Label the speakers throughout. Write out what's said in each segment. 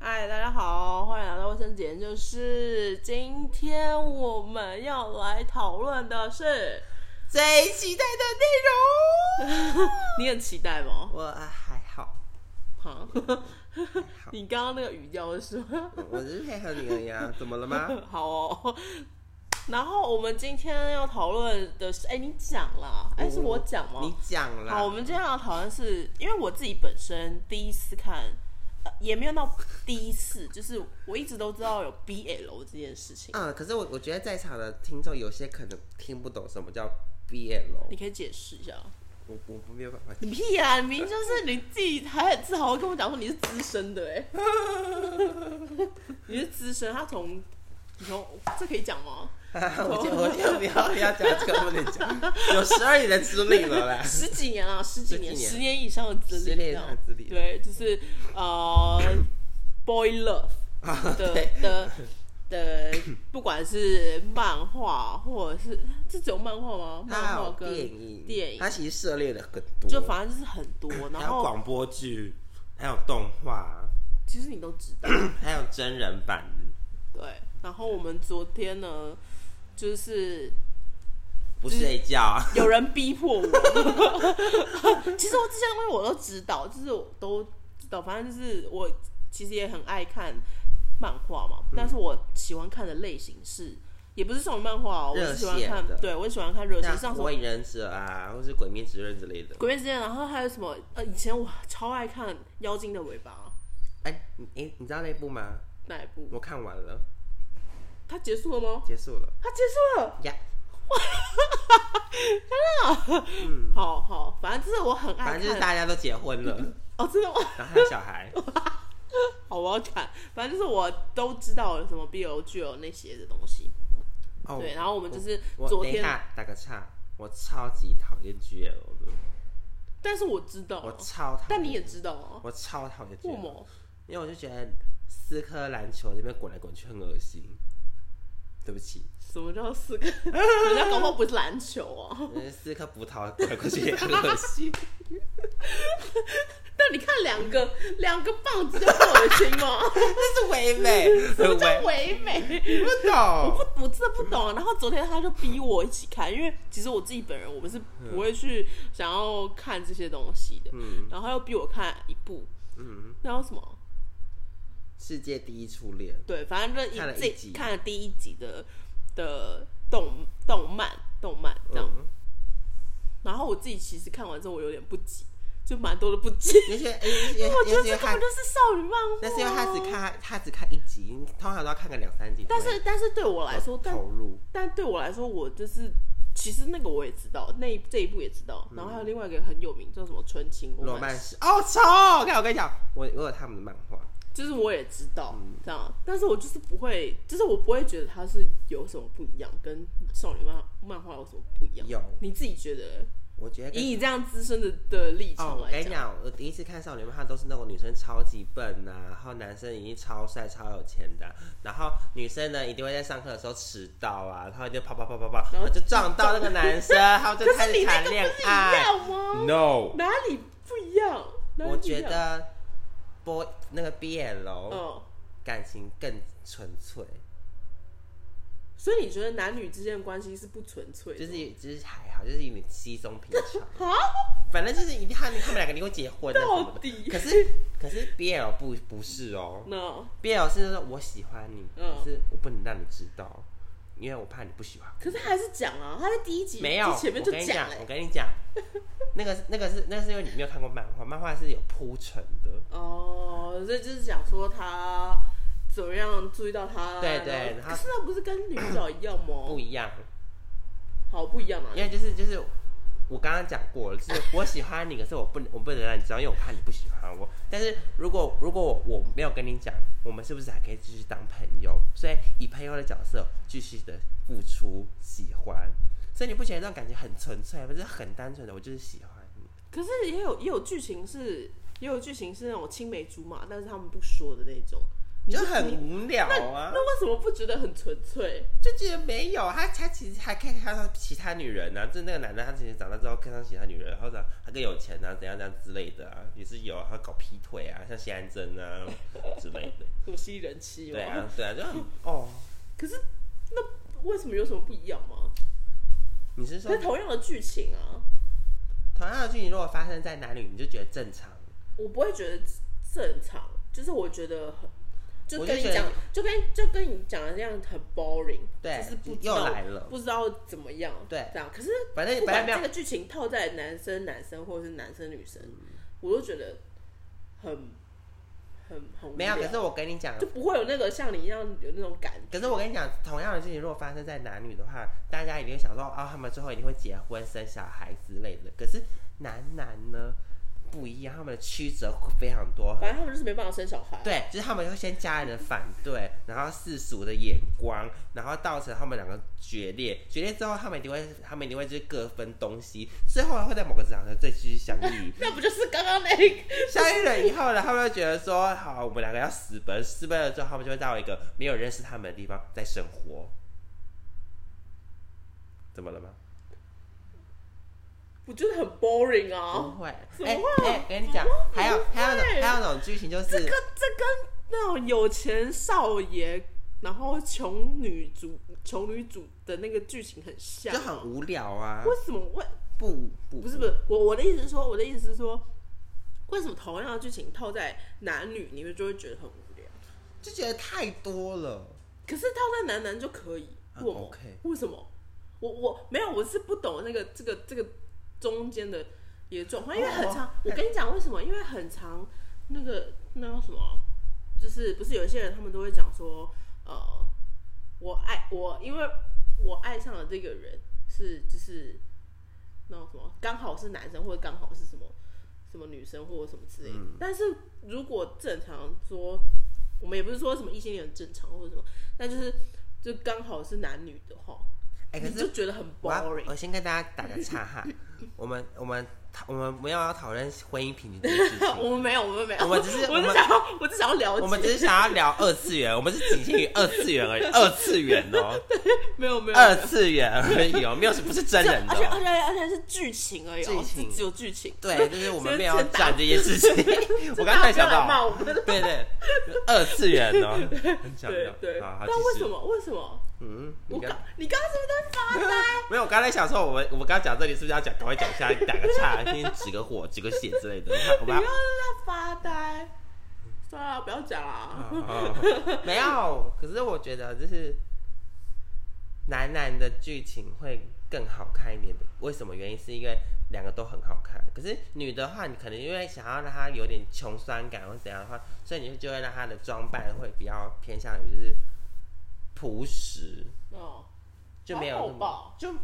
Speaker 1: 嗨，大家好，欢迎来到卫生纸研究室。今天我们要来讨论的是，
Speaker 2: 最期待的内容。
Speaker 1: 你很期待吗？
Speaker 2: 我还好，
Speaker 1: 哈，
Speaker 2: 好
Speaker 1: 你刚刚那个语调是什么？
Speaker 2: 我只是配合你而已啊，怎么了吗？
Speaker 1: 好哦。然后我们今天要讨论的是，哎，你讲啦，哎，是我讲吗？
Speaker 2: 你讲
Speaker 1: 好，我
Speaker 2: 啦。
Speaker 1: 们今天要讨论是因为我自己本身第一次看，呃，也没有到第一次，就是我一直都知道有 BL 这件事情，
Speaker 2: 嗯，可是我我觉得在场的听众有些可能听不懂什么叫 BL，
Speaker 1: 你可以解释一下吗。
Speaker 2: 我我不没有办法。
Speaker 1: 你屁啊！你明明就是你自己还很自豪地跟我讲说你是资深的 哎、你是资深，他从你从这可以讲吗？
Speaker 2: 我就我就不要不要讲这个，不能讲，有十二年的资历 了啦。
Speaker 1: 十几年啊，十几年，
Speaker 2: 十几年
Speaker 1: 十年以上的资历，
Speaker 2: 十年以上的资历
Speaker 1: 这样对，就是呃，boy love
Speaker 2: 啊，
Speaker 1: 的
Speaker 2: 对，
Speaker 1: 的的，不管是漫画或者是这只有漫画吗？漫
Speaker 2: 还
Speaker 1: 画
Speaker 2: 有
Speaker 1: 跟
Speaker 2: 电影，
Speaker 1: 电影
Speaker 2: 它其实涉猎了很多，
Speaker 1: 就反正就是很多，
Speaker 2: 还
Speaker 1: 然
Speaker 2: 有
Speaker 1: 后
Speaker 2: 广播剧，还有动画，
Speaker 1: 其实你都知道。
Speaker 2: 还有真人版。
Speaker 1: 对，然后我们昨天呢，就是
Speaker 2: 不睡觉啊，
Speaker 1: 有人逼迫我。 其实我这些东西我都知道，就是我都知道，反正就是我其实也很爱看漫画嘛，
Speaker 2: 嗯
Speaker 1: 但是我喜欢看的类型是，也不是少女漫画哦，我
Speaker 2: 热
Speaker 1: 喜欢
Speaker 2: 血
Speaker 1: 看
Speaker 2: 的，
Speaker 1: 对我喜欢看热血，
Speaker 2: 像
Speaker 1: 像
Speaker 2: 《
Speaker 1: 什
Speaker 2: 火
Speaker 1: 么《
Speaker 2: 影忍者》啊，或是《鬼灭之刃》之类的。
Speaker 1: 鬼灭之刃》，然后还有什么呃，以前我超爱看《妖精的尾巴
Speaker 2: 哎，你哎，你知道那部吗？》
Speaker 1: 那一部，
Speaker 2: 我看完了，
Speaker 1: 它结束了吗？
Speaker 2: 结束了
Speaker 1: 它结束了。
Speaker 2: 呀。
Speaker 1: 好好，反正就是我很爱
Speaker 2: 嗯反
Speaker 1: 看。
Speaker 2: 正就是大家都结婚了，
Speaker 1: 哦，真的吗？
Speaker 2: 然后还有小孩。
Speaker 1: 好，我要看，反正就是我都知道了什么 BL 剧有那些的东西。
Speaker 2: 哦，
Speaker 1: 对，然后我们就是
Speaker 2: 我
Speaker 1: 昨
Speaker 2: 等一
Speaker 1: 天，
Speaker 2: 下打个岔，我超级讨厌 GL 的，
Speaker 1: 但是我知道
Speaker 2: 我
Speaker 1: 啊，
Speaker 2: 超讨厌。
Speaker 1: 但你也知道啊，
Speaker 2: 我超讨厌
Speaker 1: 为什
Speaker 2: GL，
Speaker 1: 么？
Speaker 2: 因为我就觉得四颗篮球这边滚来滚去很恶心。对不起，
Speaker 1: 什么叫四个？ 人家搞不好不是篮球啊。
Speaker 2: 呃四颗葡萄滚来滚去也很恶心。
Speaker 1: 但你看两个两个棒子就不恶心 吗？
Speaker 2: 这是唯美，
Speaker 1: 哦什么
Speaker 2: 很
Speaker 1: 叫
Speaker 2: 唯
Speaker 1: 唯美？
Speaker 2: 不懂。
Speaker 1: 不，我真的不懂啊。然后昨天他就逼我一起看，因为其实我自己本人我们是不会去想要看这些东西的。
Speaker 2: 嗯
Speaker 1: 然后他又逼我看一部，
Speaker 2: 嗯。
Speaker 1: 那叫什么？
Speaker 2: 世界第一初恋，
Speaker 1: 对，反正就
Speaker 2: 看了
Speaker 1: 这
Speaker 2: 一集
Speaker 1: 看了第一集的的动动漫动漫这样、
Speaker 2: 嗯，
Speaker 1: 然后我自己其实看完之后，我有点不急，就蛮多的不急。
Speaker 2: 你觉得，因为
Speaker 1: 我觉得
Speaker 2: 因
Speaker 1: 这
Speaker 2: 为
Speaker 1: 根
Speaker 2: 他
Speaker 1: 本就，是少女漫画、啊
Speaker 2: 但是因为他只，看他只看一集，你通常都要看个两三集。
Speaker 1: 但是但是对我来说，但
Speaker 2: 投入，
Speaker 1: 但对我来说，我就是其实那个我也知道，那一这一部也知道，然后还有另外一个很有名叫什么《纯情
Speaker 2: 嗯罗
Speaker 1: 曼
Speaker 2: 曼》，史哦，超好看！我跟你讲，我我有他们的漫画，
Speaker 1: 就是我也知道、
Speaker 2: 嗯
Speaker 1: 这样，但是我就是不会，就是我不会觉得它是有什么不一样，跟少女漫漫画有什么不一样？
Speaker 2: 有
Speaker 1: 你自己觉得？
Speaker 2: 我觉得跟
Speaker 1: 以你这样资深的的立
Speaker 2: 哦，
Speaker 1: 场
Speaker 2: 我跟
Speaker 1: 来
Speaker 2: 你
Speaker 1: 讲，
Speaker 2: 讲，我第一次看少年漫画都是那种女生超级笨呐、啊然后男生已经超帅、超有钱的，啊然后女生呢一定会在上课的时候迟到啊，然后就跑跑跑跑跑，
Speaker 1: 然
Speaker 2: 然
Speaker 1: 后
Speaker 2: 后就撞到那个男 生，然后
Speaker 1: 可
Speaker 2: 就是开
Speaker 1: 你
Speaker 2: 始
Speaker 1: 那
Speaker 2: 谈
Speaker 1: 个
Speaker 2: 恋
Speaker 1: 不是一
Speaker 2: 爱。
Speaker 1: 样吗？
Speaker 2: No，
Speaker 1: 哪里不一样？哪里
Speaker 2: 我
Speaker 1: 不一
Speaker 2: 觉
Speaker 1: 样，
Speaker 2: 得播那个 BL
Speaker 1: 嗯，
Speaker 2: 感情更纯粹，
Speaker 1: 所以你觉得男女之间的关系是不纯粹
Speaker 2: 就
Speaker 1: 的？
Speaker 2: 是就是还好，就是有点稀松平 常。
Speaker 1: 啊，
Speaker 2: 反正就是一定他们他们两个一定会结婚的啊什么
Speaker 1: 到底
Speaker 2: 的。可是可是 BL 不不是哦
Speaker 1: 那
Speaker 2: ，BL 是说我喜欢你，
Speaker 1: 嗯
Speaker 2: 可是我不能让你知道，因为我怕你不喜欢。
Speaker 1: 可是还是讲啊，他在第一集
Speaker 2: 没有，
Speaker 1: 就前面就
Speaker 2: 我跟你
Speaker 1: 讲
Speaker 2: 讲
Speaker 1: 了，
Speaker 2: 我
Speaker 1: 欸
Speaker 2: 跟你讲，那个那个是那个是因为你没有看过漫画，漫画是有铺陈的。
Speaker 1: 哦，所以就是讲说他怎么样注意到他，
Speaker 2: 对对
Speaker 1: 然后
Speaker 2: 他
Speaker 1: 可是那不是跟女主角一样吗
Speaker 2: 不？一样，
Speaker 1: 好不一样啊，
Speaker 2: 因为就是就是我刚刚讲过了，就是我喜欢你，可是我不能我不能让你知道，因为我怕你不喜欢我。但是如果如果我我没有跟你讲，我们是不是还可以继续当朋友？所以以朋友的角色继续的付出喜欢，所以你不觉得这种感觉很纯粹吗，不是很单纯的？我就是喜欢你，
Speaker 1: 可是也有也有剧情是也有剧情是那种青梅竹马，但是他们不说的那种，你
Speaker 2: 就是很无聊
Speaker 1: 那
Speaker 2: 啊
Speaker 1: 那，为什么不觉得很纯粹？
Speaker 2: 就觉得没有他，他其实还可以看上其他女人啊，就是那个男的，他其实长大之后看上其他女人，或者他更有钱啊，怎样怎样之类的啊，也是有，他搞劈腿啊，像谢安珍啊之类的，
Speaker 1: 多吸人妻嘛。
Speaker 2: 对啊，对啊，就很哦，
Speaker 1: 可是那为什么有什么不一样吗？
Speaker 2: 你是说
Speaker 1: 那同样的剧情啊，
Speaker 2: 同样的剧情如果发生在男女，你就觉得正常？
Speaker 1: 我不会觉得正常，就是我觉得很。就
Speaker 2: 我就
Speaker 1: 跟你
Speaker 2: 觉得
Speaker 1: 讲，就跟就跟你讲的那样很 boring，
Speaker 2: 对
Speaker 1: 就是不知
Speaker 2: 又
Speaker 1: 道
Speaker 2: 来了
Speaker 1: 不知道怎么样，
Speaker 2: 对
Speaker 1: 这样。可是
Speaker 2: 反正
Speaker 1: 不
Speaker 2: 反
Speaker 1: 管
Speaker 2: 哎正没有
Speaker 1: 这个剧情套在男生男生或者是男生女生，我都觉得很很很无
Speaker 2: 没有，
Speaker 1: 聊
Speaker 2: 可是我跟你讲
Speaker 1: 就，不会有那个像你一样有那种感
Speaker 2: 可是我跟你讲，同样的事情如果发生在男女的话，大家一定会想说，哦，他们最后一定会结婚生小孩之类的。可是男男呢不一样，他们的曲折会非常多。
Speaker 1: 反正他们就是没办法生小孩。
Speaker 2: 对，就是他们会先家人的反对，然后世俗的眼光，然后造成他们两个决裂。决裂之后，他们一定会，他们一定会就是各分东西，最后会在某个场合再继续相遇。
Speaker 1: 那不就是刚刚那个？
Speaker 2: 相遇了以后呢，他们就觉得说，好，我们两个要私奔，私奔了之后，他们就会到一个没有认识他们的地方再生活。怎么了吗？
Speaker 1: 我觉得很 boring 啊。
Speaker 2: 不会，
Speaker 1: 怎么
Speaker 2: 哎
Speaker 1: 会
Speaker 2: 哎，跟你讲，还有还有那种还有那种剧情就
Speaker 1: 这
Speaker 2: 嗯是
Speaker 1: 跟这跟那种有钱少爷，然后穷女主穷女主的那个剧情很像
Speaker 2: 就。很无聊啊，
Speaker 1: 为什么为
Speaker 2: 不不
Speaker 1: 不是不是我我的意思是说，我的意思是说，为什么同样的剧情套在男女，你们就会觉得很无聊？
Speaker 2: 就觉得太多了。
Speaker 1: 可是套在男男就可以，
Speaker 2: 啊
Speaker 1: 我、
Speaker 2: OK
Speaker 1: 为什么？我我没有，我是不懂那个这个这个中间的一个状况，因为很长。
Speaker 2: 哦
Speaker 1: 我跟你讲为什么？因为很长，那个那叫什么？啊就是不是有一些人他们都会讲说，呃，我爱我，因为我爱上了这个人是就是那种什么，刚好是男生或者刚好是什么什么女生或者什么之类的。
Speaker 2: 嗯
Speaker 1: 但是如果正常说，我们也不是说什么异性恋很正常或者什么，但就是就刚好是男女的话，
Speaker 2: 哎，可
Speaker 1: 你
Speaker 2: 是
Speaker 1: 就觉得很
Speaker 2: 我要
Speaker 1: boring。
Speaker 2: 我先跟大家打个 岔哈，我们我们讨我们没有要讨论婚姻平均这件事情，
Speaker 1: 我们没有，我们没有，
Speaker 2: 我们只是
Speaker 1: 我
Speaker 2: 我们
Speaker 1: 想要，我只想要了解，
Speaker 2: 我们只是想要聊二次元，我们是仅限于二次 元而已，二次元哦，
Speaker 1: 没有没有
Speaker 2: 二次元而已哦，没有是不是真
Speaker 1: 这
Speaker 2: 人的
Speaker 1: 而且而
Speaker 2: 哦、
Speaker 1: 且而且是剧情而已哦，
Speaker 2: 剧情
Speaker 1: 是只有剧情。
Speaker 2: 对，就是我们没有
Speaker 1: 这
Speaker 2: 要
Speaker 1: 这打
Speaker 2: 讲这件事情。我刚才想
Speaker 1: 大家不要来骂
Speaker 2: 到，
Speaker 1: 我们的
Speaker 2: 对对，二次元哦，很想
Speaker 1: 对
Speaker 2: 到。
Speaker 1: 对，
Speaker 2: 好好，
Speaker 1: 但为
Speaker 2: 继
Speaker 1: 什
Speaker 2: 续？
Speaker 1: 么为什么？
Speaker 2: 嗯，
Speaker 1: 我
Speaker 2: 你刚
Speaker 1: 刚你刚刚是不是在发呆？
Speaker 2: 没有，我刚才想说，我们我们刚刚讲这里是不是要讲，赶快讲一下， 打个岔，先指个火，指个血之类的。
Speaker 1: 你
Speaker 2: 我们
Speaker 1: 刚刚
Speaker 2: 要
Speaker 1: 是在发呆。算了，不要讲啦。
Speaker 2: 哦没有，可是我觉得就是男男的剧情会更好看一点的。为什么原因？是因为两个都很好看。可是女的话，你可能因为想要让她有点穷酸感或怎样的话，所以你就会让她的装扮会比较偏向于就是朴实，
Speaker 1: 哦，
Speaker 2: 就没有
Speaker 1: 好
Speaker 2: 那
Speaker 1: 厚
Speaker 2: 么
Speaker 1: 吧
Speaker 2: 就。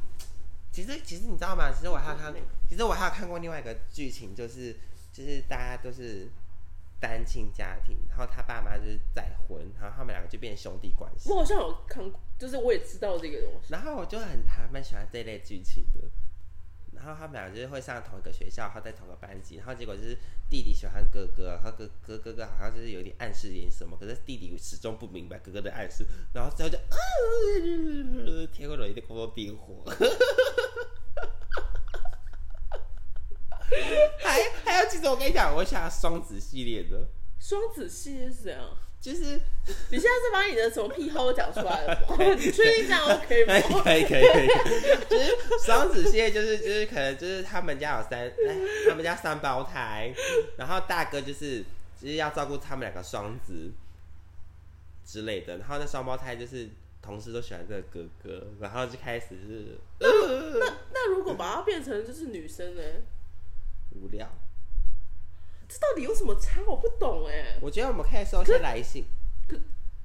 Speaker 2: 其实其实你知道吗？其实我还有看
Speaker 1: 就是那个，
Speaker 2: 其实我还有看过另外一个剧情，就是就是大家都是单亲家庭，然后他爸妈就是再婚，然后他们两个就变成兄弟关系
Speaker 1: 我。好像有看过，就是我也知道这个东西。
Speaker 2: 然后我就很还蛮喜欢这类剧情的。然后他们俩就是会上同一个学校，然后在同个班级，然后结果就是弟弟喜欢哥哥，然后哥哥哥哥好像就是有点暗示点什么，可是弟弟始终不明白哥哥的暗示，然后最后就 啊，天空中一定空中冰火，还还有，其实我跟你讲，我想要双子系列的，
Speaker 1: 双子系列是怎样？
Speaker 2: 就是
Speaker 1: 你现在是把你的什么癖好都讲出来 了吗？你确定这样 OK
Speaker 2: 可以
Speaker 1: 吗？
Speaker 2: 可以可以可以，就是双子蟹，就是就是可能就是他们家有三，哎他们家三胞胎，然后大哥就是就是要照顾他们两个双子之类的，然后那双胞胎就是同事都喜欢这个哥哥，然后就开始就是、呃、
Speaker 1: 那如果把它变成就是女生呢？
Speaker 2: 无聊。
Speaker 1: 这到底有什么差？我不懂哎、
Speaker 2: 我觉得我们可以收一些来信，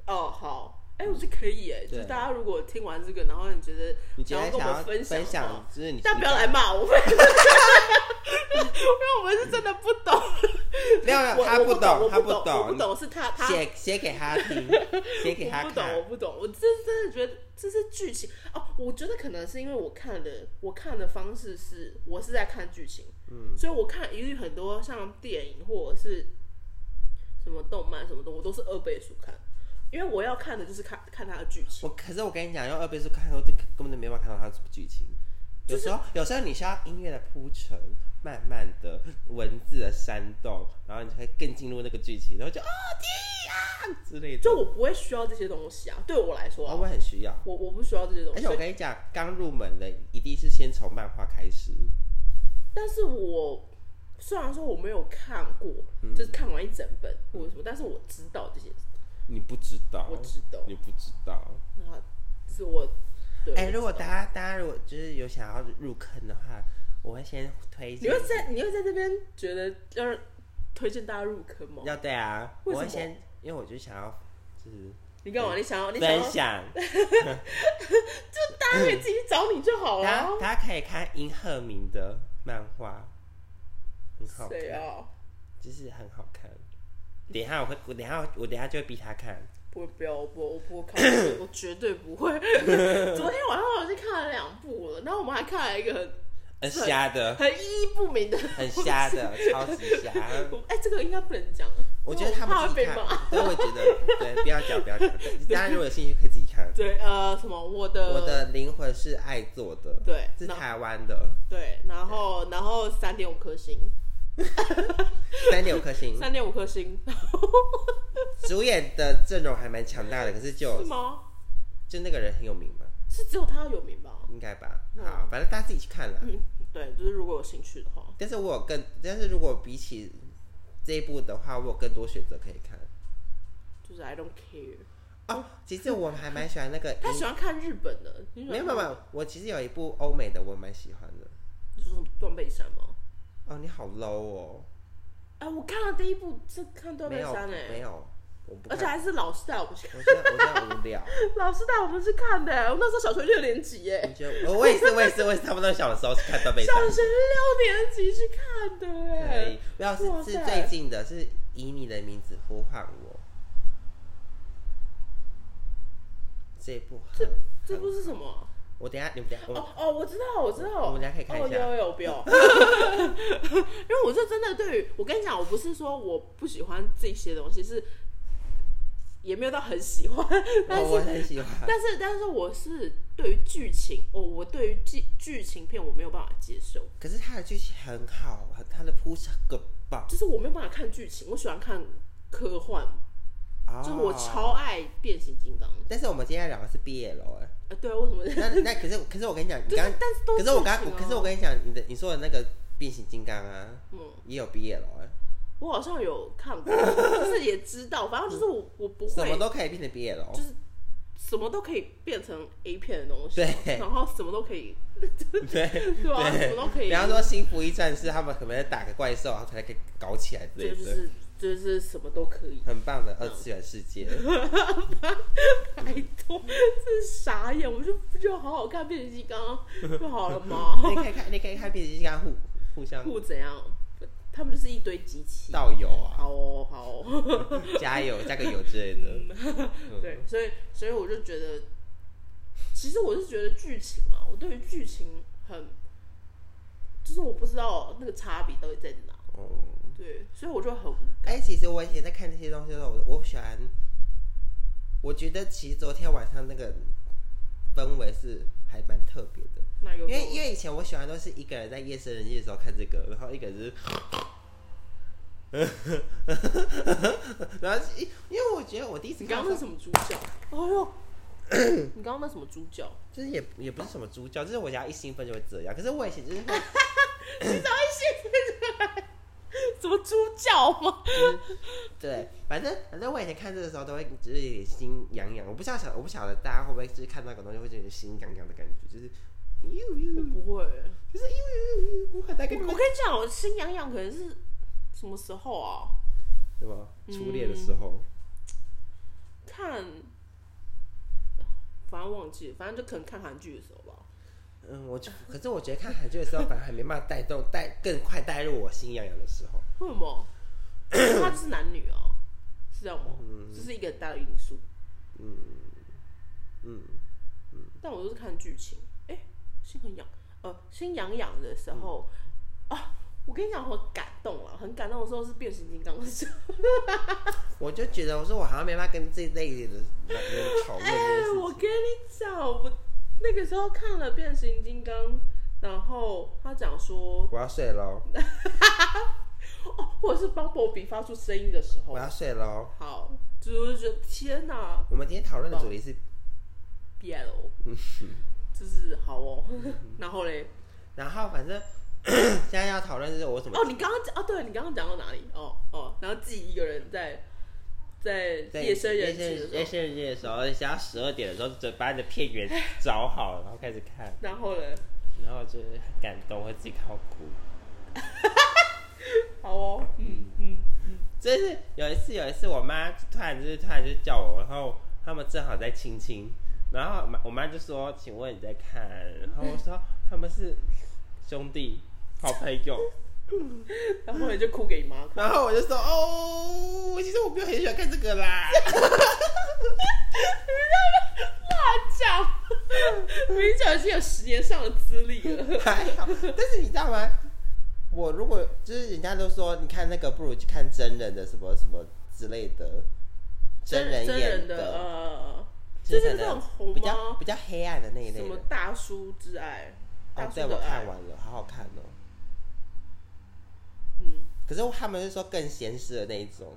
Speaker 1: 哦，好，哎、我觉得可以哎、就
Speaker 2: 对
Speaker 1: 是大家如果听完这个，然后你觉得
Speaker 2: 你觉
Speaker 1: 想要
Speaker 2: 得
Speaker 1: 跟
Speaker 2: 想
Speaker 1: 我
Speaker 2: 要
Speaker 1: 们分享的
Speaker 2: 分享
Speaker 1: 话，
Speaker 2: 就是你，
Speaker 1: 但不要来骂 我们，因为我们是真的不懂。
Speaker 2: 没有没有，
Speaker 1: 我
Speaker 2: 他
Speaker 1: 我
Speaker 2: 不
Speaker 1: 懂，我
Speaker 2: 懂，他
Speaker 1: 不我不
Speaker 2: 懂，
Speaker 1: 懂是他他
Speaker 2: 写写给他听，写给他
Speaker 1: 我不懂，
Speaker 2: 看
Speaker 1: 我。不懂，我真真的觉得这是剧情哦。我觉得可能是因为我看的，我看的方式是我是在看剧情，嗯，所以我看一律很多像电影或者是什么动漫什么的，我都是二倍速看，因为我要看的就是看看它的剧情。
Speaker 2: 我可是我跟你讲，用二倍速看的时候，就根本就没办法看到它什么剧情。有时候，有时候你需要音乐的铺陈，慢慢的文字的煽动，然后你才会更进入那个剧情，然后就啊天啊之类的。
Speaker 1: 就我不会需要这些东西啊，对我来说、
Speaker 2: 我
Speaker 1: 啊，
Speaker 2: 会很需要。
Speaker 1: 我我不需要这些东
Speaker 2: 而
Speaker 1: 西
Speaker 2: 哦哎且。我跟你讲，刚入门的一定是先从漫画开始。
Speaker 1: 但是我虽然说我没有看过，就是看完一整本或者什么，但是我知道这些，
Speaker 2: 你不知道，
Speaker 1: 我知道。
Speaker 2: 你不知道。
Speaker 1: 然后就是我，对，
Speaker 2: 哎、如果
Speaker 1: 我知
Speaker 2: 大
Speaker 1: 道
Speaker 2: 家大家如果就是有想要入坑的话，我会先推
Speaker 1: 你
Speaker 2: 荐
Speaker 1: 会。在你会在这边觉得要让推荐大家入坑吗？
Speaker 2: 要对啊，
Speaker 1: 为
Speaker 2: 我
Speaker 1: 什
Speaker 2: 会
Speaker 1: 么
Speaker 2: 先，因为我就想要就是
Speaker 1: 你干嘛？你想要你想要
Speaker 2: 分，享，
Speaker 1: 大家可以自己找你就好
Speaker 2: 大
Speaker 1: 了
Speaker 2: 家
Speaker 1: 啊。
Speaker 2: 大家可以看银赫敏的漫画，很好
Speaker 1: 谁
Speaker 2: 看，
Speaker 1: 啊？
Speaker 2: 就是很好看。等一下我会，我等一下我等一下就会逼他 看。
Speaker 1: 不不要，我不我不看，我绝对不 会。昨天晚上我已经看了两部了，然后我们还看了一个很
Speaker 2: 很瞎的，
Speaker 1: 很意义不明的，
Speaker 2: 很瞎。的，超级瞎。
Speaker 1: 我哎、这个应该不能讲，
Speaker 2: 我觉得他
Speaker 1: 怕
Speaker 2: 们
Speaker 1: 会被
Speaker 2: 自己看
Speaker 1: 骂。，
Speaker 2: 对，我觉得对，不要讲，不要讲。大家如果有兴趣可以自己看。
Speaker 1: 对，呃，什么我的
Speaker 2: 我的灵魂是爱做的，
Speaker 1: 对，
Speaker 2: 是
Speaker 1: 然后
Speaker 2: 台湾的，
Speaker 1: 对，然后然后三点五颗星，
Speaker 2: 三点五颗星。
Speaker 1: 三点五颗星
Speaker 2: 主演的阵容还蛮强大的，可 是就是
Speaker 1: 吗？
Speaker 2: 就那个人很有名嘛，
Speaker 1: 是只有他有名吧？
Speaker 2: 应该吧。
Speaker 1: 嗯
Speaker 2: 好，反正大家自己去看了。
Speaker 1: 嗯，对，就是如果有兴趣的话，
Speaker 2: 但是我有更，但是如果比起这一部的话，我有更多选择可以看。
Speaker 1: 就是 I don't care。
Speaker 2: 哦，其实我还蛮喜欢那 个
Speaker 1: 他
Speaker 2: 英，
Speaker 1: 喜欢看日本的，你喜
Speaker 2: 没有
Speaker 1: 欢
Speaker 2: 没有，没有我其实有一部欧美的我蛮喜欢的。
Speaker 1: 就是什么断背山吗？
Speaker 2: 哦，你好 low 哦，
Speaker 1: 哎，我看了第一部是看断
Speaker 2: 没
Speaker 1: 背
Speaker 2: 有
Speaker 1: 山
Speaker 2: 没
Speaker 1: 哎，
Speaker 2: 有，我不
Speaker 1: 而且
Speaker 2: 看。
Speaker 1: 还是老师带我们去，
Speaker 2: 我现在我现在无聊，
Speaker 1: 老师带我们去看的。欸我那时候小学六年级耶，
Speaker 2: 你觉得我我也是我也是我也是差不多小时候是看到被
Speaker 1: 小学六年级去看的
Speaker 2: 可以
Speaker 1: 哎。，
Speaker 2: 不要是
Speaker 1: 哇
Speaker 2: 是
Speaker 1: 塞
Speaker 2: 最近的，是以你的名字呼唤我。这一部很，
Speaker 1: 这部是什么啊？
Speaker 2: 我等一下你们等一下，我
Speaker 1: 哦哦，我知道，我知道，
Speaker 2: 我们等一下可以看一下
Speaker 1: 哦，有有有，不 要，因为我是真的对于，我跟你讲，我不是说我不喜欢这些东西，是也没有到很喜欢，但
Speaker 2: 哦我我
Speaker 1: 是
Speaker 2: 很喜欢。
Speaker 1: 但是但是我是对于剧情，哦，我对于剧剧情片我没有办法接受，
Speaker 2: 可是它的剧情很好，它的铺陈很棒。
Speaker 1: 就是我没有办法看剧情，我喜欢看科幻，
Speaker 2: 哦
Speaker 1: 就是我超。爱变形金刚，
Speaker 2: 但是我们今天要聊的是 BL 哎，
Speaker 1: 呃，对啊，为什么？
Speaker 2: 那那可是可是我跟你讲，你
Speaker 1: 就是
Speaker 2: 刚
Speaker 1: 但是都
Speaker 2: 可是我
Speaker 1: 剧
Speaker 2: 刚
Speaker 1: 情啊
Speaker 2: 可是我跟你讲，你的你说的那个变形金刚啊，
Speaker 1: 嗯。
Speaker 2: 也有 BL 哎，
Speaker 1: 我好像有看 过，就是也知道，反正就是我我不会
Speaker 2: 什么都可以变成 BL，
Speaker 1: 就是什么都可以变成 A 片的东西，
Speaker 2: 对
Speaker 1: 然后什么都可以，
Speaker 2: 对。
Speaker 1: 对吧、什么都可以，
Speaker 2: 比方说《新服一战士》，他们可能打个怪兽，然后才可以搞起来之类
Speaker 1: 这
Speaker 2: 的，
Speaker 1: 就是嗯就是什么都可以，
Speaker 2: 很棒的二次元世 界。
Speaker 1: 拜托，这是傻眼，我就不就好好看变形金刚就好了嘛，
Speaker 2: 你可以看，你可以看变形金刚互互相
Speaker 1: 不怎样，他们就是一堆机器，
Speaker 2: 道 友啊，
Speaker 1: 好哦好哦，
Speaker 2: 加油加个油之类的。
Speaker 1: 嗯
Speaker 2: 嗯
Speaker 1: 对，所以所以我就觉得，其实我是觉得剧情啊，我对于剧情很，就是我不知道那个差别到底在哪，
Speaker 2: 哦，
Speaker 1: 对，所以我就很无
Speaker 2: 哎，其实我以前在看这些东西的时候，我我喜欢，我觉得其实昨天晚上那个氛围是还蛮特别的，
Speaker 1: 那有
Speaker 2: 因为因为以前我喜欢都是一个人在夜深人静的时候看这个，然后一个人就是 然后是因为我觉得我第一次
Speaker 1: 你
Speaker 2: 看
Speaker 1: 刚
Speaker 2: 的
Speaker 1: 刚那
Speaker 2: 时候
Speaker 1: 是什么猪脚？哦呦，你刚刚那什么猪脚？
Speaker 2: 就是也也不是什么猪叫，就是我只要一兴奋就会这样。可是我以前就是 会，
Speaker 1: 什么猪脚吗？
Speaker 2: 对，反正反正我以前看这个时候都会就是有点心痒痒。我不晓得我不晓得大家会不会就是看到那个东西会觉得心痒痒的感觉，就是呦
Speaker 1: 我
Speaker 2: 呦，
Speaker 1: 不会，我
Speaker 2: 就是呦呦呦，我很难跟你
Speaker 1: 我
Speaker 2: 们
Speaker 1: 跟你讲，我心痒痒可能是什么时候啊？
Speaker 2: 对吧？初恋的时候，
Speaker 1: 看，反正忘记了，反正就可能看韩剧的时候吧。
Speaker 2: 嗯，我就可是我觉得看韩剧的时候反而还没办法带动带更快带入我心痒痒的时候。
Speaker 1: 为什么？他就是男女啊，是这样吗？这是一个很大的因素。
Speaker 2: 嗯，
Speaker 1: 但我都
Speaker 2: 嗯
Speaker 1: 是看剧情，哎、心很痒，呃，心痒痒的时候、啊，我跟你讲，我感动了，很感动的时候是变形金刚的时候。
Speaker 2: 我就觉得我说我好像没办法跟这一类的人讨论
Speaker 1: 哎、
Speaker 2: 这件事
Speaker 1: 我
Speaker 2: 情。
Speaker 1: 跟你讲，我那个时候看了变形金刚，然后他讲说，
Speaker 2: 我要睡喽，
Speaker 1: 哦，或者是帮波比发出声音的时候
Speaker 2: 我，要睡喽。
Speaker 1: 好，就是觉得天哪
Speaker 2: 我们今天讨论的主题是，
Speaker 1: ，BL，就是好哦。
Speaker 2: 嗯
Speaker 1: 然后嘞，
Speaker 2: 然后反正 现在要讨论就是我怎么
Speaker 1: 哦，你刚刚讲，哦，对你刚刚讲到哪里？哦哦，然后自己一个人在在
Speaker 2: 在
Speaker 1: 夜深人静的时
Speaker 2: 夜
Speaker 1: 候，
Speaker 2: 深人静的时候，而且要十二点的时候，就把你的片 源找好，然后开始看，
Speaker 1: 然后嘞，
Speaker 2: 然后就是很感动，我自己看到哭。
Speaker 1: 好哦，嗯嗯嗯，
Speaker 2: 就是有一次，有一次我妈突然就是突然就叫我，然后他们正好在亲亲，然后我妈我妈就说：“请问你在看？”然后我说：“他们是兄弟，好朋友。”
Speaker 1: 然后你就哭给你妈看。
Speaker 2: 然后我就说：“哦，其实我没有很喜欢看这个啦。
Speaker 1: 乱讲，明讲已经有十年上的资历了。”
Speaker 2: 还好，但是你知道吗？我如果就是人家都说你看那个，不如去看真人的什么什么之类的，人
Speaker 1: 真
Speaker 2: 演
Speaker 1: 人的，呃，
Speaker 2: 就
Speaker 1: 这
Speaker 2: 是
Speaker 1: 是
Speaker 2: 可能
Speaker 1: 很红
Speaker 2: 比较
Speaker 1: 吗
Speaker 2: 比？较黑暗的那一类
Speaker 1: 什么
Speaker 2: 的。
Speaker 1: 大叔之爱，大
Speaker 2: 哦，
Speaker 1: 叔
Speaker 2: 对，
Speaker 1: 的
Speaker 2: 我
Speaker 1: 爱
Speaker 2: 看，完了，好好看哦。
Speaker 1: 嗯，
Speaker 2: 可是他们是说更闲适的那一种，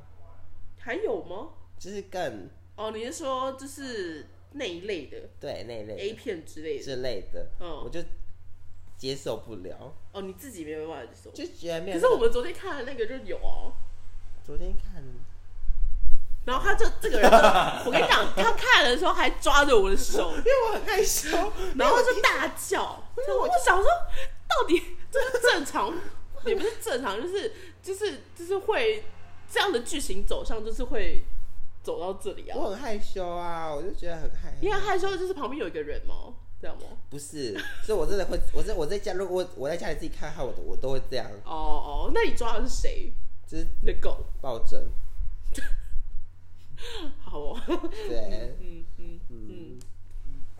Speaker 1: 还有吗？
Speaker 2: 就是更
Speaker 1: 哦，你是说就是那一类的
Speaker 2: 对那一类
Speaker 1: A 片之类的？
Speaker 2: 之类的，
Speaker 1: 嗯
Speaker 2: 我就接受不了，
Speaker 1: 哦，你自己没有办法接受。
Speaker 2: 就觉得没有
Speaker 1: 可
Speaker 2: 那
Speaker 1: 是
Speaker 2: 个。
Speaker 1: 我们昨天看的那个就有哦，
Speaker 2: 昨 天看，
Speaker 1: 然后他就这 个人真的，我跟你讲，他看的时候还抓着我的手，
Speaker 2: 因为我很害羞，
Speaker 1: 然后就大叫，
Speaker 2: 因
Speaker 1: 然
Speaker 2: 为
Speaker 1: 后
Speaker 2: 我
Speaker 1: 我想说，到底这是正常，也不是正常，就是就是就是会这样的剧情走向，就是会走到这里啊。
Speaker 2: 我很害羞啊，我就觉得很害
Speaker 1: 你很害羞，就是旁边有一个人吗？这样吗？哦
Speaker 2: 不是，是我真的会， 我在我在家，如果我我在家里自己看的话，我都我都会这样，
Speaker 1: 哦哦，那你抓的是谁？
Speaker 2: 就是
Speaker 1: 你的狗？
Speaker 2: 抱枕，
Speaker 1: 好哦，
Speaker 2: 对。
Speaker 1: 嗯嗯嗯，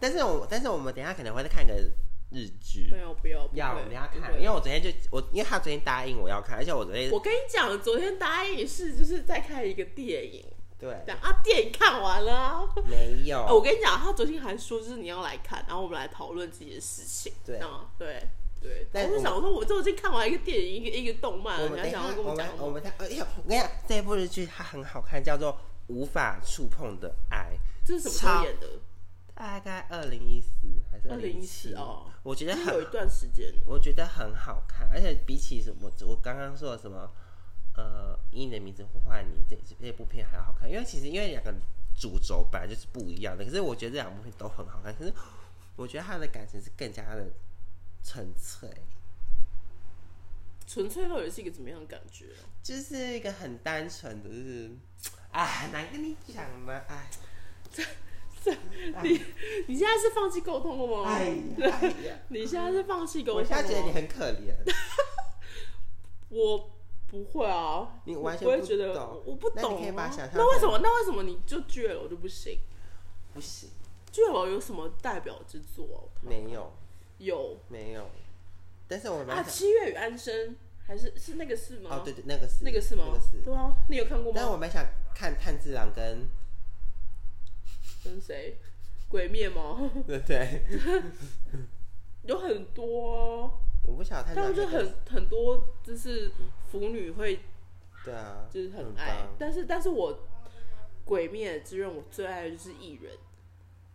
Speaker 2: 但是我但是我们等一下可能会再看个日剧
Speaker 1: 没，有不要，不
Speaker 2: 要
Speaker 1: 会
Speaker 2: 我们要
Speaker 1: 不
Speaker 2: 看，
Speaker 1: 会
Speaker 2: 因为我昨天就我因为他昨天答应我要看，而且我昨天
Speaker 1: 我跟你讲，昨天答应是就是在看一个电影，
Speaker 2: 对
Speaker 1: 讲啊电影看完了啊、
Speaker 2: 没有，哦
Speaker 1: 哎我跟你讲，他昨天还说就是你要来看，然后我们来讨论这件事情。
Speaker 2: 对
Speaker 1: 啊，对对。
Speaker 2: 但
Speaker 1: 我就
Speaker 2: 我
Speaker 1: 想说，我都已经看完一个电影，一个一个动漫
Speaker 2: 我
Speaker 1: 了，
Speaker 2: 们
Speaker 1: 你
Speaker 2: 等
Speaker 1: 还
Speaker 2: 一下
Speaker 1: 想要，跟
Speaker 2: 我
Speaker 1: 讲
Speaker 2: 们
Speaker 1: 什
Speaker 2: 我
Speaker 1: 么？
Speaker 2: 们他，哎呀，我跟你讲，这部日剧它很好看，叫做《无法触碰的爱
Speaker 1: 这是什么时候
Speaker 2: 超
Speaker 1: 演的？
Speaker 2: 大概二零一四还是
Speaker 1: 二
Speaker 2: 二
Speaker 1: 零
Speaker 2: 零
Speaker 1: 一
Speaker 2: 一
Speaker 1: 七
Speaker 2: 七
Speaker 1: 哦，
Speaker 2: 我觉得
Speaker 1: 已经有一
Speaker 2: 很，
Speaker 1: 段时间了。
Speaker 2: 我觉得很好看，而且比起什么我刚刚说的什么，呃，以你的名字呼唤你这这部片还要好看，因为其实因为两个主轴本来就是不一样的，可是我觉得这两部片都很好看，可是我觉得他的感情是更加的纯粹，
Speaker 1: 纯粹到底是一个怎么样的感觉啊？
Speaker 2: 就是一个很单纯的，就是，哎，很难跟你讲呢，哎。
Speaker 1: 你现在是放弃沟通了吗？
Speaker 2: 哎呀，哎呀
Speaker 1: 你现在是放弃沟
Speaker 2: 我
Speaker 1: 通
Speaker 2: 现
Speaker 1: 了
Speaker 2: 在觉得你
Speaker 1: 吗？
Speaker 2: 很可 怜，
Speaker 1: 我不会啊，
Speaker 2: 你
Speaker 1: 我
Speaker 2: 完全
Speaker 1: 不会
Speaker 2: 不
Speaker 1: 觉得
Speaker 2: 懂
Speaker 1: 我不
Speaker 2: 那
Speaker 1: 懂
Speaker 2: 你可以把
Speaker 1: 啊
Speaker 2: 它想象
Speaker 1: 那为什
Speaker 2: 成
Speaker 1: 么？那为什么你就巨了我就不行？
Speaker 2: 不行，
Speaker 1: 巨了有什么代表之作？
Speaker 2: 没有
Speaker 1: 有
Speaker 2: 没有，但是我蛮
Speaker 1: 啊，《
Speaker 2: 想，
Speaker 1: 七月与安生》还是是那个是吗？
Speaker 2: 哦对对，那个是
Speaker 1: 那个是吗？
Speaker 2: 那个是，
Speaker 1: 对啊，你有看过
Speaker 2: 但
Speaker 1: 吗？
Speaker 2: 我蛮想看炭治郎跟
Speaker 1: 跟谁？鬼灭吗？
Speaker 2: 对对，
Speaker 1: 有很多、啊，
Speaker 2: 我不晓得炭治
Speaker 1: 但我
Speaker 2: 郎
Speaker 1: 觉得
Speaker 2: 跟
Speaker 1: 很很多就是腐女会
Speaker 2: 对啊，
Speaker 1: 就是很
Speaker 2: 很
Speaker 1: 爱
Speaker 2: 棒，
Speaker 1: 但是但是我鬼灭之刃我最爱的就是艺人，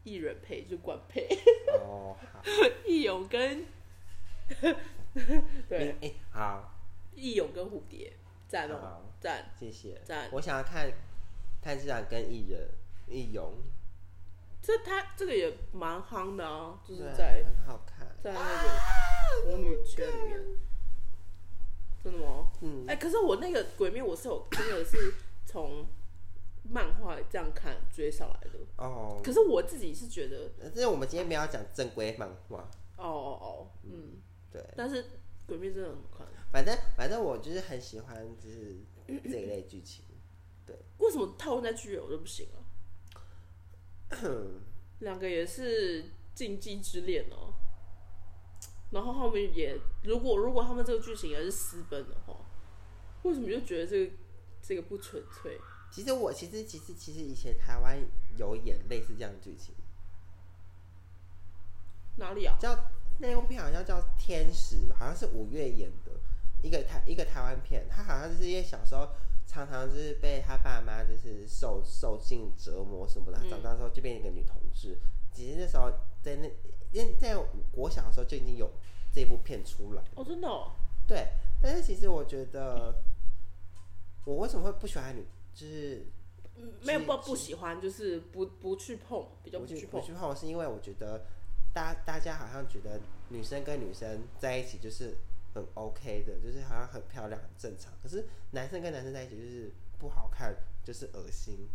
Speaker 1: 艺人配就是管配，
Speaker 2: 哦好，
Speaker 1: 义勇跟 对
Speaker 2: 哎好，
Speaker 1: 义勇跟蝴蝶赞哦
Speaker 2: 好
Speaker 1: 赞，
Speaker 2: 谢谢
Speaker 1: 赞，
Speaker 2: 我想要看炭治郎跟艺人艺勇，
Speaker 1: 这他这个也蛮夯的啊，就是
Speaker 2: 对
Speaker 1: 在
Speaker 2: 很好看，
Speaker 1: 在那个腐女圈里面。真的吗？
Speaker 2: 嗯
Speaker 1: 哎、可是我那个鬼灭，我是有真的是从漫画这样看追上来的。
Speaker 2: 哦，
Speaker 1: 可是我自己是觉得，
Speaker 2: 但是我们今天没有讲正规漫画，
Speaker 1: 哦哦哦，嗯，
Speaker 2: 对。
Speaker 1: 但是鬼灭真的很好看。
Speaker 2: 反正反正我就是很喜欢就是这一类剧情，
Speaker 1: 为什么套用在剧友就不 行啊？两个也是禁忌之恋哦、然后他们也如果如果他们这个剧情也是私奔的话，为什么就觉得这个这个不纯粹？
Speaker 2: 其实我其实其实其实以前台湾有演类似这样的剧情，
Speaker 1: 哪里啊？
Speaker 2: 叫那部片好像叫《天使》，好像是五月演的一个台一个台湾片，他好像就是因为小时候常常就是被他爸妈就是受受尽折磨什么的，
Speaker 1: 嗯
Speaker 2: 长大之后就变一个女同志。其实那时候在那因为在国小的时候就已经有这部片出来，
Speaker 1: 哦，真的哦，
Speaker 2: 对，但是其实我觉得我为什么会不喜欢女，就是
Speaker 1: 嗯没有
Speaker 2: 是
Speaker 1: 不不喜欢，就是不不去碰，比较
Speaker 2: 我
Speaker 1: 不
Speaker 2: 去
Speaker 1: 去
Speaker 2: 我
Speaker 1: 碰。
Speaker 2: 去碰，是因为我觉得大大家好像觉得女生跟女生在一起就是很 OK 的，就是好像很漂亮、很正常。可是男生跟男生在一起就是不好看，就是恶心，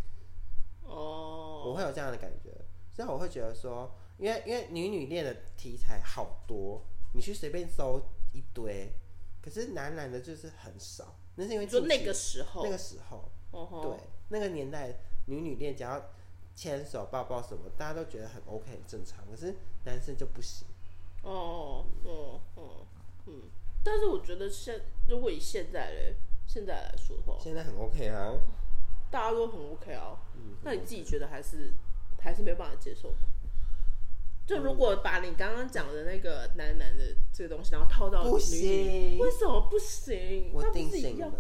Speaker 1: 哦，
Speaker 2: 我会有这样的感觉。所以我会觉得说，因为因为女女恋的题材好多，你去随便搜一堆，可是男男的就是很少。那是因为
Speaker 1: 你说
Speaker 2: 近
Speaker 1: 那
Speaker 2: 期
Speaker 1: 个时候，
Speaker 2: 那个时候，
Speaker 1: 哦吼
Speaker 2: 对，那个年代女女恋只要牵手、抱抱什么，大家都觉得很 OK、很正常。可是男生就不行。
Speaker 1: 哦哦哦，嗯，但是我觉得现如果以现在嘞现在来说的话，
Speaker 2: 现在很 OK 啊，
Speaker 1: 大家都很 OK 啊。
Speaker 2: 嗯
Speaker 1: 那你自己觉得还是还是没办法接受吗？就如果把你刚刚讲的那个男男的这个东西，然后套到女
Speaker 2: 不
Speaker 1: 女，
Speaker 2: 行，
Speaker 1: 为什么不行？
Speaker 2: 我
Speaker 1: 那不
Speaker 2: 定
Speaker 1: 是一
Speaker 2: 性
Speaker 1: 样，
Speaker 2: 了。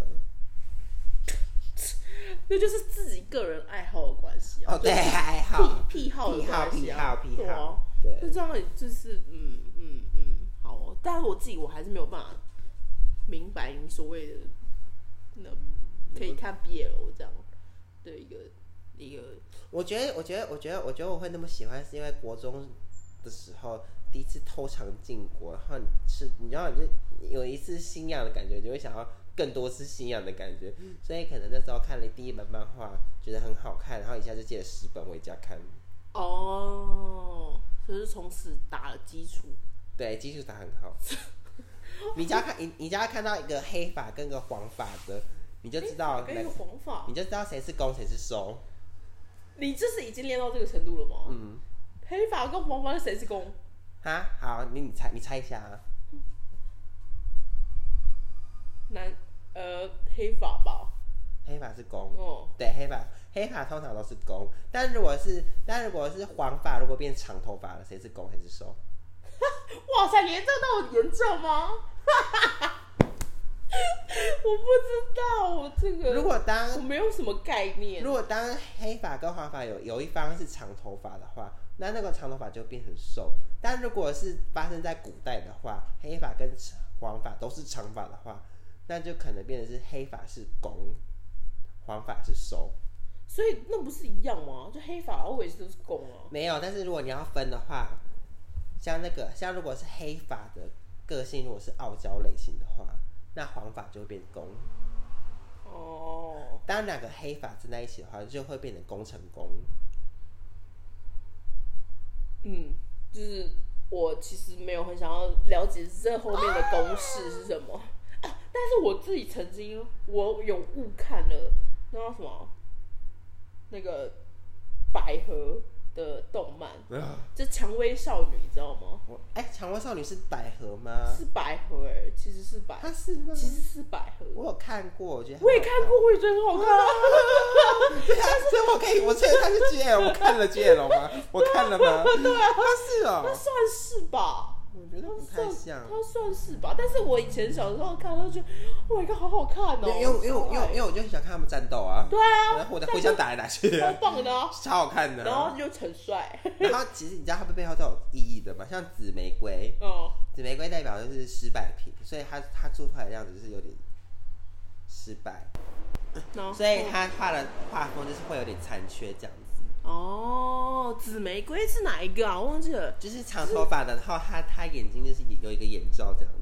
Speaker 1: 那就是自己个人爱好的关系啊。
Speaker 2: 哦，对，还
Speaker 1: 就是
Speaker 2: 好，
Speaker 1: 癖癖好的
Speaker 2: 癖好、
Speaker 1: 关系
Speaker 2: 癖
Speaker 1: 啊
Speaker 2: 好、癖
Speaker 1: 对啊
Speaker 2: 好，对
Speaker 1: 就这样，就是嗯嗯嗯，好、哦。但是我自己我还是没有办法明白你所谓的那可以看 BL 这样的一个一个
Speaker 2: 我觉得，我觉得，我觉得，我觉得我会那么喜欢，是因为国中的时候第一次偷尝禁果，然后你是，你知道，你就有一次新样的感觉，就会想要更多次新样的感觉，所以可能那时候看了第一本漫画，觉得很好看，然后一下就借了十本回家看，
Speaker 1: 哦，就是从此打了基础。
Speaker 2: 对，技术打很好。 你只要看，你你只要看到一个黑发跟个黄发的，你就知道
Speaker 1: 跟一
Speaker 2: 哪
Speaker 1: 个，哎黄发，
Speaker 2: 你就知道谁是攻谁是受。
Speaker 1: 你这是已经练到这个程度了吗？
Speaker 2: 嗯，
Speaker 1: 黑发跟黄发谁是攻？
Speaker 2: 哈，好，你你猜，你猜一下啊。
Speaker 1: 男呃黑发吧，
Speaker 2: 黑发是攻，
Speaker 1: 哦
Speaker 2: 对，黑发黑发通常都是公，但如果是但如果是黄发，如果变长头发了，谁是公谁是受？
Speaker 1: 哇塞，连这都有研究吗？ 我不知道，我这个
Speaker 2: 如果
Speaker 1: 我
Speaker 2: 当
Speaker 1: 没有什么概念。
Speaker 2: 如果当黑发跟黄发有有一方是长头发的话，那那个长头发就变成瘦。但如果是发生在古代的话，黑发跟长黄发都是长发的话，那就可能变成是黑发是公，黄发是瘦。
Speaker 1: 所以那不是一样吗？就黑发 always 都是公啊。
Speaker 2: 没有，但是如果你要分的话，像那个像如果是黑发的个性，如果是傲娇类型的话，那黄发就会变攻。
Speaker 1: 哦，
Speaker 2: 当两个黑发站在一起的话，就会变成攻成攻。
Speaker 1: 嗯，就是我其实没有很想要了解这后面的公式是什么，啊但是我自己曾经我有误看了那叫什么那个百合的动漫，就蔷薇少女，你知道吗？
Speaker 2: 我哎，蔷薇少女是百合吗？
Speaker 1: 是百合哎、其实是百，
Speaker 2: 她是吗？
Speaker 1: 其实是百合。
Speaker 2: 我有看过，我觉得
Speaker 1: 我也看过，我也觉得很好看啊。
Speaker 2: 很好看。 对啊，所以我可以，我确认她是 GL，我看了 GL 吗？我看 了吗？
Speaker 1: 啊
Speaker 2: 她是
Speaker 1: 它
Speaker 2: 哦，
Speaker 1: 算是吧，
Speaker 2: 我觉得不太
Speaker 1: 算
Speaker 2: 像。
Speaker 1: 它算是吧。但是我以前小时候看，到就觉得，Oh my god，好好看哦！
Speaker 2: 因为因为因为因为因为我就很想看他们战斗啊，
Speaker 1: 对啊，
Speaker 2: 然后互相互相打来打去，
Speaker 1: 超棒的啊、
Speaker 2: 超好看的。
Speaker 1: 然后又很帅，
Speaker 2: 然后其实你知道他们背后都有意义的嘛，像紫玫瑰，
Speaker 1: 哦，
Speaker 2: 紫玫瑰代表就是失败品，所以他他做出来的样子就是有点失败，
Speaker 1: 然后
Speaker 2: 所以他画的画风就是会有点残缺这样子，
Speaker 1: 哦，紫玫瑰是哪一个啊？我忘记了，
Speaker 2: 就是长头发的，然后他他眼睛就是有一个眼罩这样子。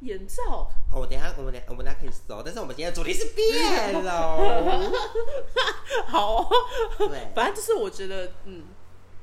Speaker 1: 眼罩。
Speaker 2: 哦，我等一下我们等一下我们等一下可以搜，但是我们今天的主题是 BL 哦
Speaker 1: 好、
Speaker 2: 啊
Speaker 1: 哦，
Speaker 2: 对，
Speaker 1: 反正就是我觉得，嗯，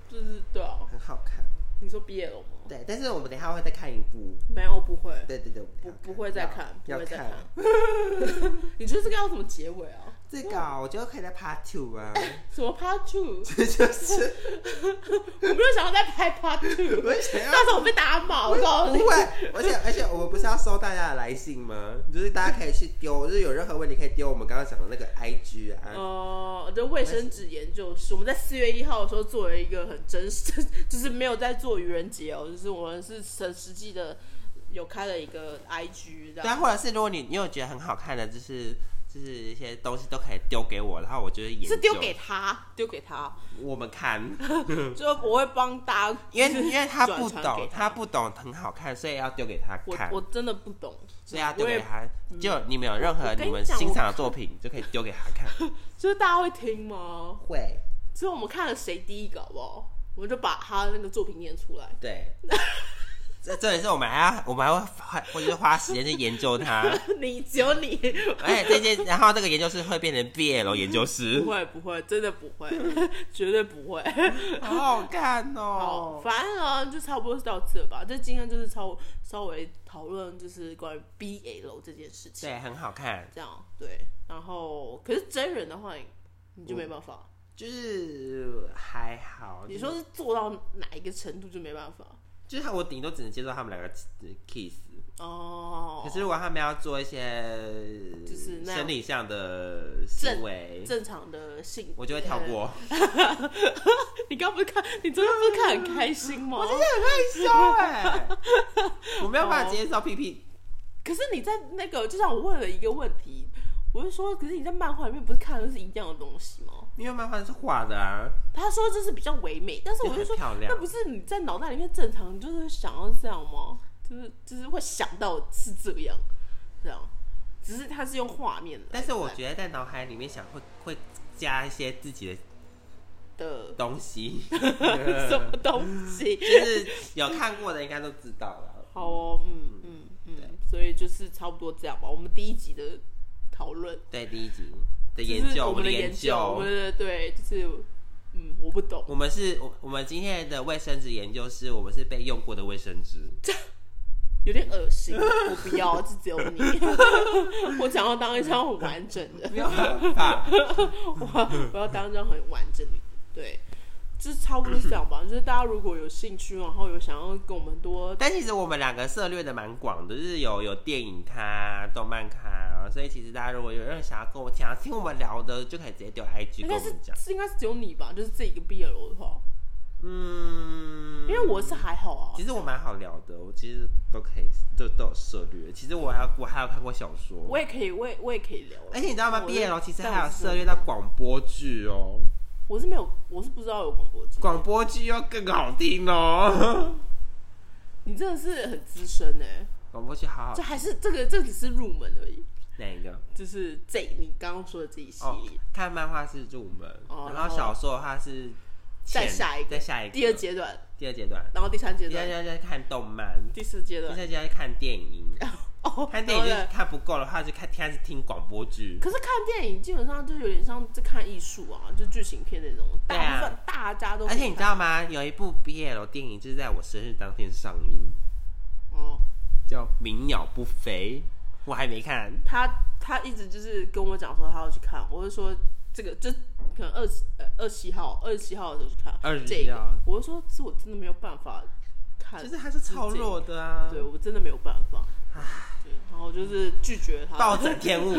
Speaker 1: 就是对啊。
Speaker 2: 很好看，
Speaker 1: 你说 BL 吗？
Speaker 2: 对，但是我们等一下会再看一部，
Speaker 1: 没有，不会，
Speaker 2: 对对对，我们等一下
Speaker 1: 不不会再
Speaker 2: 要
Speaker 1: 看，不
Speaker 2: 要
Speaker 1: 会再
Speaker 2: 看
Speaker 1: 看。。你觉得这个要怎么结尾啊？
Speaker 2: 这个啊我觉得可以在 Part Two 啊，
Speaker 1: 什么 Part Two？
Speaker 2: 这就是
Speaker 1: 我没有想要再拍 Part Two，
Speaker 2: 我想要
Speaker 1: 到时候我被打码，我告诉你
Speaker 2: 不。会，而且而且我们不是要收大家的来信吗？就是大家可以去丢，就是有任何问题可以丢我们刚刚讲的那个 IG 啊。
Speaker 1: 哦，这卫生纸研究室，我们在四月一号的时候做了一个很真实，就是没有在做愚人节哦，就是我们是实实际的有开了一个 IG 这
Speaker 2: 对啊，
Speaker 1: 样，
Speaker 2: 或者是如果你你有觉得很好看的，就是就是一些东西都可以丢给我，然后我就是研究
Speaker 1: 是丢给他，丢给他，
Speaker 2: 我 们看，嗯
Speaker 1: 就我会帮大家，
Speaker 2: 因为因为他
Speaker 1: 转
Speaker 2: 不
Speaker 1: 传给
Speaker 2: 懂，
Speaker 1: 他
Speaker 2: 他不懂很好看，所以要丢给他
Speaker 1: 我
Speaker 2: 看，
Speaker 1: 我真的不懂，
Speaker 2: 所以要丢
Speaker 1: 我
Speaker 2: 给
Speaker 1: 也嗯
Speaker 2: 他。就你们有任
Speaker 1: 我
Speaker 2: 何
Speaker 1: 跟
Speaker 2: 你
Speaker 1: 你
Speaker 2: 们
Speaker 1: 讲
Speaker 2: 欣
Speaker 1: 我
Speaker 2: 赏的作品，就可以丢给他看。
Speaker 1: 就是大家会听吗？
Speaker 2: 会，
Speaker 1: 所以我们看了谁第一个好不好？我们就把他那个作品念出来。
Speaker 2: 对。这这也是我们还要，我们还会花，或者是花时间去研究它。
Speaker 1: 你只有你，
Speaker 2: 而且这些，然后这个研究室会变成 BL 研究室
Speaker 1: 不，会不会，真的不会， 绝对不会。
Speaker 2: 好好看哦
Speaker 1: 好，。反正呢就差不多是到这吧。这今天就是稍稍微讨论就是关于 BL 这件事情，
Speaker 2: 对，很好看。
Speaker 1: 这样对。然后可是真人的话，你你就没办法。
Speaker 2: 就是还好，
Speaker 1: 你说是做到哪一个程度就没办法
Speaker 2: 就是我顶多只能接受他们两个 kiss，、
Speaker 1: 哦。
Speaker 2: 可是如果他们要做一些
Speaker 1: 就是那样
Speaker 2: 生理上的行为，
Speaker 1: 正常的性，
Speaker 2: 我就会跳。过。
Speaker 1: 你刚不是看，你昨天不是看很开心 吗？
Speaker 2: 很害羞哎，我没有办法接
Speaker 1: 哦
Speaker 2: 受屁屁。
Speaker 1: 可是你在那个，就像我问了一个问题，我就说，可是你在漫画里面不是看的是一样的东西吗？
Speaker 2: 因为漫画是画的啊，
Speaker 1: 他说这是比较唯美，但是
Speaker 2: 就
Speaker 1: 我就
Speaker 2: 很
Speaker 1: 说，
Speaker 2: 漂亮
Speaker 1: 那。不是你在脑袋里面正常，你就是想要这样吗？就是就是会想到是这样，这样，只是他是用画面来，
Speaker 2: 但是我觉得在脑海里面想会会加一些自己
Speaker 1: 得
Speaker 2: 的东 西，
Speaker 1: 的什么东西
Speaker 2: 就？是有看过的应该都知道了。
Speaker 1: 好哦，嗯嗯嗯，所以就是差不多这样吧。我们第一集的讨论，
Speaker 2: 对，第一集的
Speaker 1: 就是
Speaker 2: 研究，
Speaker 1: 我们的
Speaker 2: 的研
Speaker 1: 究，我们的对，就是嗯，我不懂。
Speaker 2: 我们是，我我们今天的卫生纸研究是，我们是被用过的卫生纸。
Speaker 1: 有点恶心，我不要，就只有你。 我想要当一张很完整的，
Speaker 2: 没有办法，
Speaker 1: 我我要当一张很完整的，对，就是差不多是这 样吧。就是大家如果有兴趣，然后有想要跟我们多，
Speaker 2: 但其实我们两个涉猎的蛮广的，就是有有电影咖、动漫咖，所以其实大家如果有任何想要跟我讲、听我们聊的，就可以直接丢 IG
Speaker 1: 应
Speaker 2: 跟
Speaker 1: 该
Speaker 2: 我
Speaker 1: 是
Speaker 2: 们讲。
Speaker 1: 是应该是只有你吧，就是这一个 BL 的话，
Speaker 2: 嗯，
Speaker 1: 因为我是还好啊
Speaker 2: 其。实我蛮好聊的，我其实都可以都都有涉猎。其实我还我还有看过小说，
Speaker 1: 我也可以，我也我也可以聊。啊
Speaker 2: 而且你知道吗
Speaker 1: 我是
Speaker 2: ？BL 其实
Speaker 1: 但
Speaker 2: 还有
Speaker 1: 我是
Speaker 2: 涉猎到广播剧哦，
Speaker 1: 我是没有，我是不知道有广播剧。
Speaker 2: 广播剧又更好听哦。
Speaker 1: 你真的是很资深哎、
Speaker 2: 广播剧好好
Speaker 1: 这，还是这个这只是入门而已，
Speaker 2: 哪一个？
Speaker 1: 就是这你刚刚说的这一系
Speaker 2: 哦
Speaker 1: 列。，
Speaker 2: 看漫画是入门，
Speaker 1: 哦
Speaker 2: 然后小说的话是
Speaker 1: 再
Speaker 2: 前
Speaker 1: 下一个
Speaker 2: 再下一个
Speaker 1: 第二阶段，
Speaker 2: 第二阶段，
Speaker 1: 然后第三阶
Speaker 2: 第二
Speaker 1: 段
Speaker 2: 阶，段就是看动漫，
Speaker 1: 第四阶
Speaker 2: 第
Speaker 1: 段。
Speaker 2: 三阶段是看电影，
Speaker 1: 哦，
Speaker 2: 看
Speaker 1: 然
Speaker 2: 电影
Speaker 1: 后
Speaker 2: 就是
Speaker 1: 呢
Speaker 2: 看不够的话就看开始听广播剧。
Speaker 1: 可是看电影基本上就有点像在看艺术啊，就剧情片那种，
Speaker 2: 对
Speaker 1: 大
Speaker 2: 啊
Speaker 1: 部分大家都可
Speaker 2: 而
Speaker 1: 以看。
Speaker 2: 且你知道吗？有一部 BL 电影就是在我生日当天上映，
Speaker 1: 哦，
Speaker 2: 叫《鸣鸟不飞》，我还没看。
Speaker 1: 他他一直就是跟我讲说他要去看，我就说这个就可能二十呃二十七号二十七号的时候去看
Speaker 2: 27
Speaker 1: 这个
Speaker 2: 号，
Speaker 1: 我就说这我真的没有办法看，
Speaker 2: 就是它是超弱的啊，
Speaker 1: 对我真的没有办法。对，然后就是拒绝他，
Speaker 2: 暴整天物。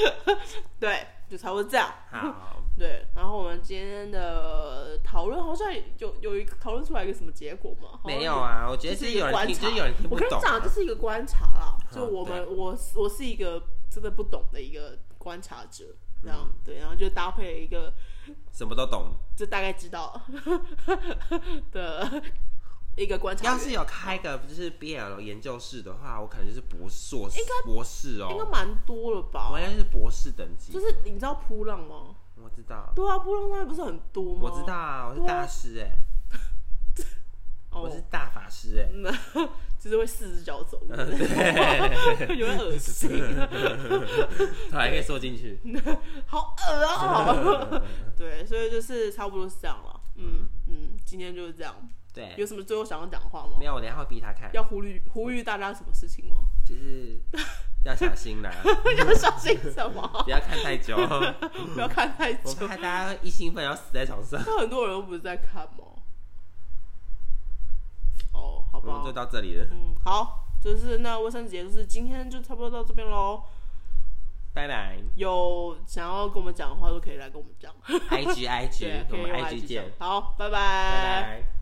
Speaker 1: 对，就差不多这样。
Speaker 2: 好，
Speaker 1: 对，然后我们今天的讨论好像有有一个讨论出来一个什么结果吗？好像
Speaker 2: 没有啊，我觉得
Speaker 1: 就是一个
Speaker 2: 有人
Speaker 1: 观
Speaker 2: 听，
Speaker 1: 察
Speaker 2: 就是有人听
Speaker 1: 我
Speaker 2: 不
Speaker 1: 跟你
Speaker 2: 懂啊。
Speaker 1: 讲，这是一个观察啦，
Speaker 2: 嗯
Speaker 1: 就我们我是我是一个真的不懂的一个观察者，这样、
Speaker 2: 嗯
Speaker 1: 对，然后就搭配了一个
Speaker 2: 什么都懂。
Speaker 1: 就大概知道的一个观察
Speaker 2: 要
Speaker 1: 员，
Speaker 2: 是有开个就是 BL 研究室的话，我可能就是博硕士，
Speaker 1: 应
Speaker 2: 博士
Speaker 1: 应该
Speaker 2: 哦，
Speaker 1: 蛮多了吧
Speaker 2: 我？应该是博士等级。
Speaker 1: 就是你知道扑浪吗？
Speaker 2: 我知道，
Speaker 1: 对啊，扑浪上面不是很多吗？
Speaker 2: 我知道，啊，我是
Speaker 1: 对啊
Speaker 2: 大师哎，
Speaker 1: 哦，
Speaker 2: 我是大法师 哎。
Speaker 1: 那就是会四只脚走路，
Speaker 2: 对，
Speaker 1: 有点 恶心，
Speaker 2: 还可以缩进去。
Speaker 1: 好恶啊！对，所以就是差不多是这样了。嗯嗯，今天就是这样。有
Speaker 2: 对，
Speaker 1: 什么最后想要讲的话吗
Speaker 2: 没？有，我等一下会逼他看，
Speaker 1: 要呼吁呼吁大家什么事情吗？
Speaker 2: 就是要小 心啦，
Speaker 1: 要小心什么？
Speaker 2: 不要看 太久，我
Speaker 1: 不要看太久。
Speaker 2: 怕大家一兴奋要死在床 上。
Speaker 1: 那很多人都不是在看吗？哦，好
Speaker 2: 我
Speaker 1: 吧
Speaker 2: 们，就到这里了，
Speaker 1: 嗯，好，就是那卫生纸节就是今天就差不多到这边喽。
Speaker 2: 拜 拜。
Speaker 1: 有想要跟我们讲的话，都可以来跟我们讲。
Speaker 2: IG
Speaker 1: 对
Speaker 2: IG，，
Speaker 1: 可
Speaker 2: 我
Speaker 1: 以
Speaker 2: 们
Speaker 1: 用
Speaker 2: IG 见，
Speaker 1: 讲好，拜
Speaker 2: 拜拜。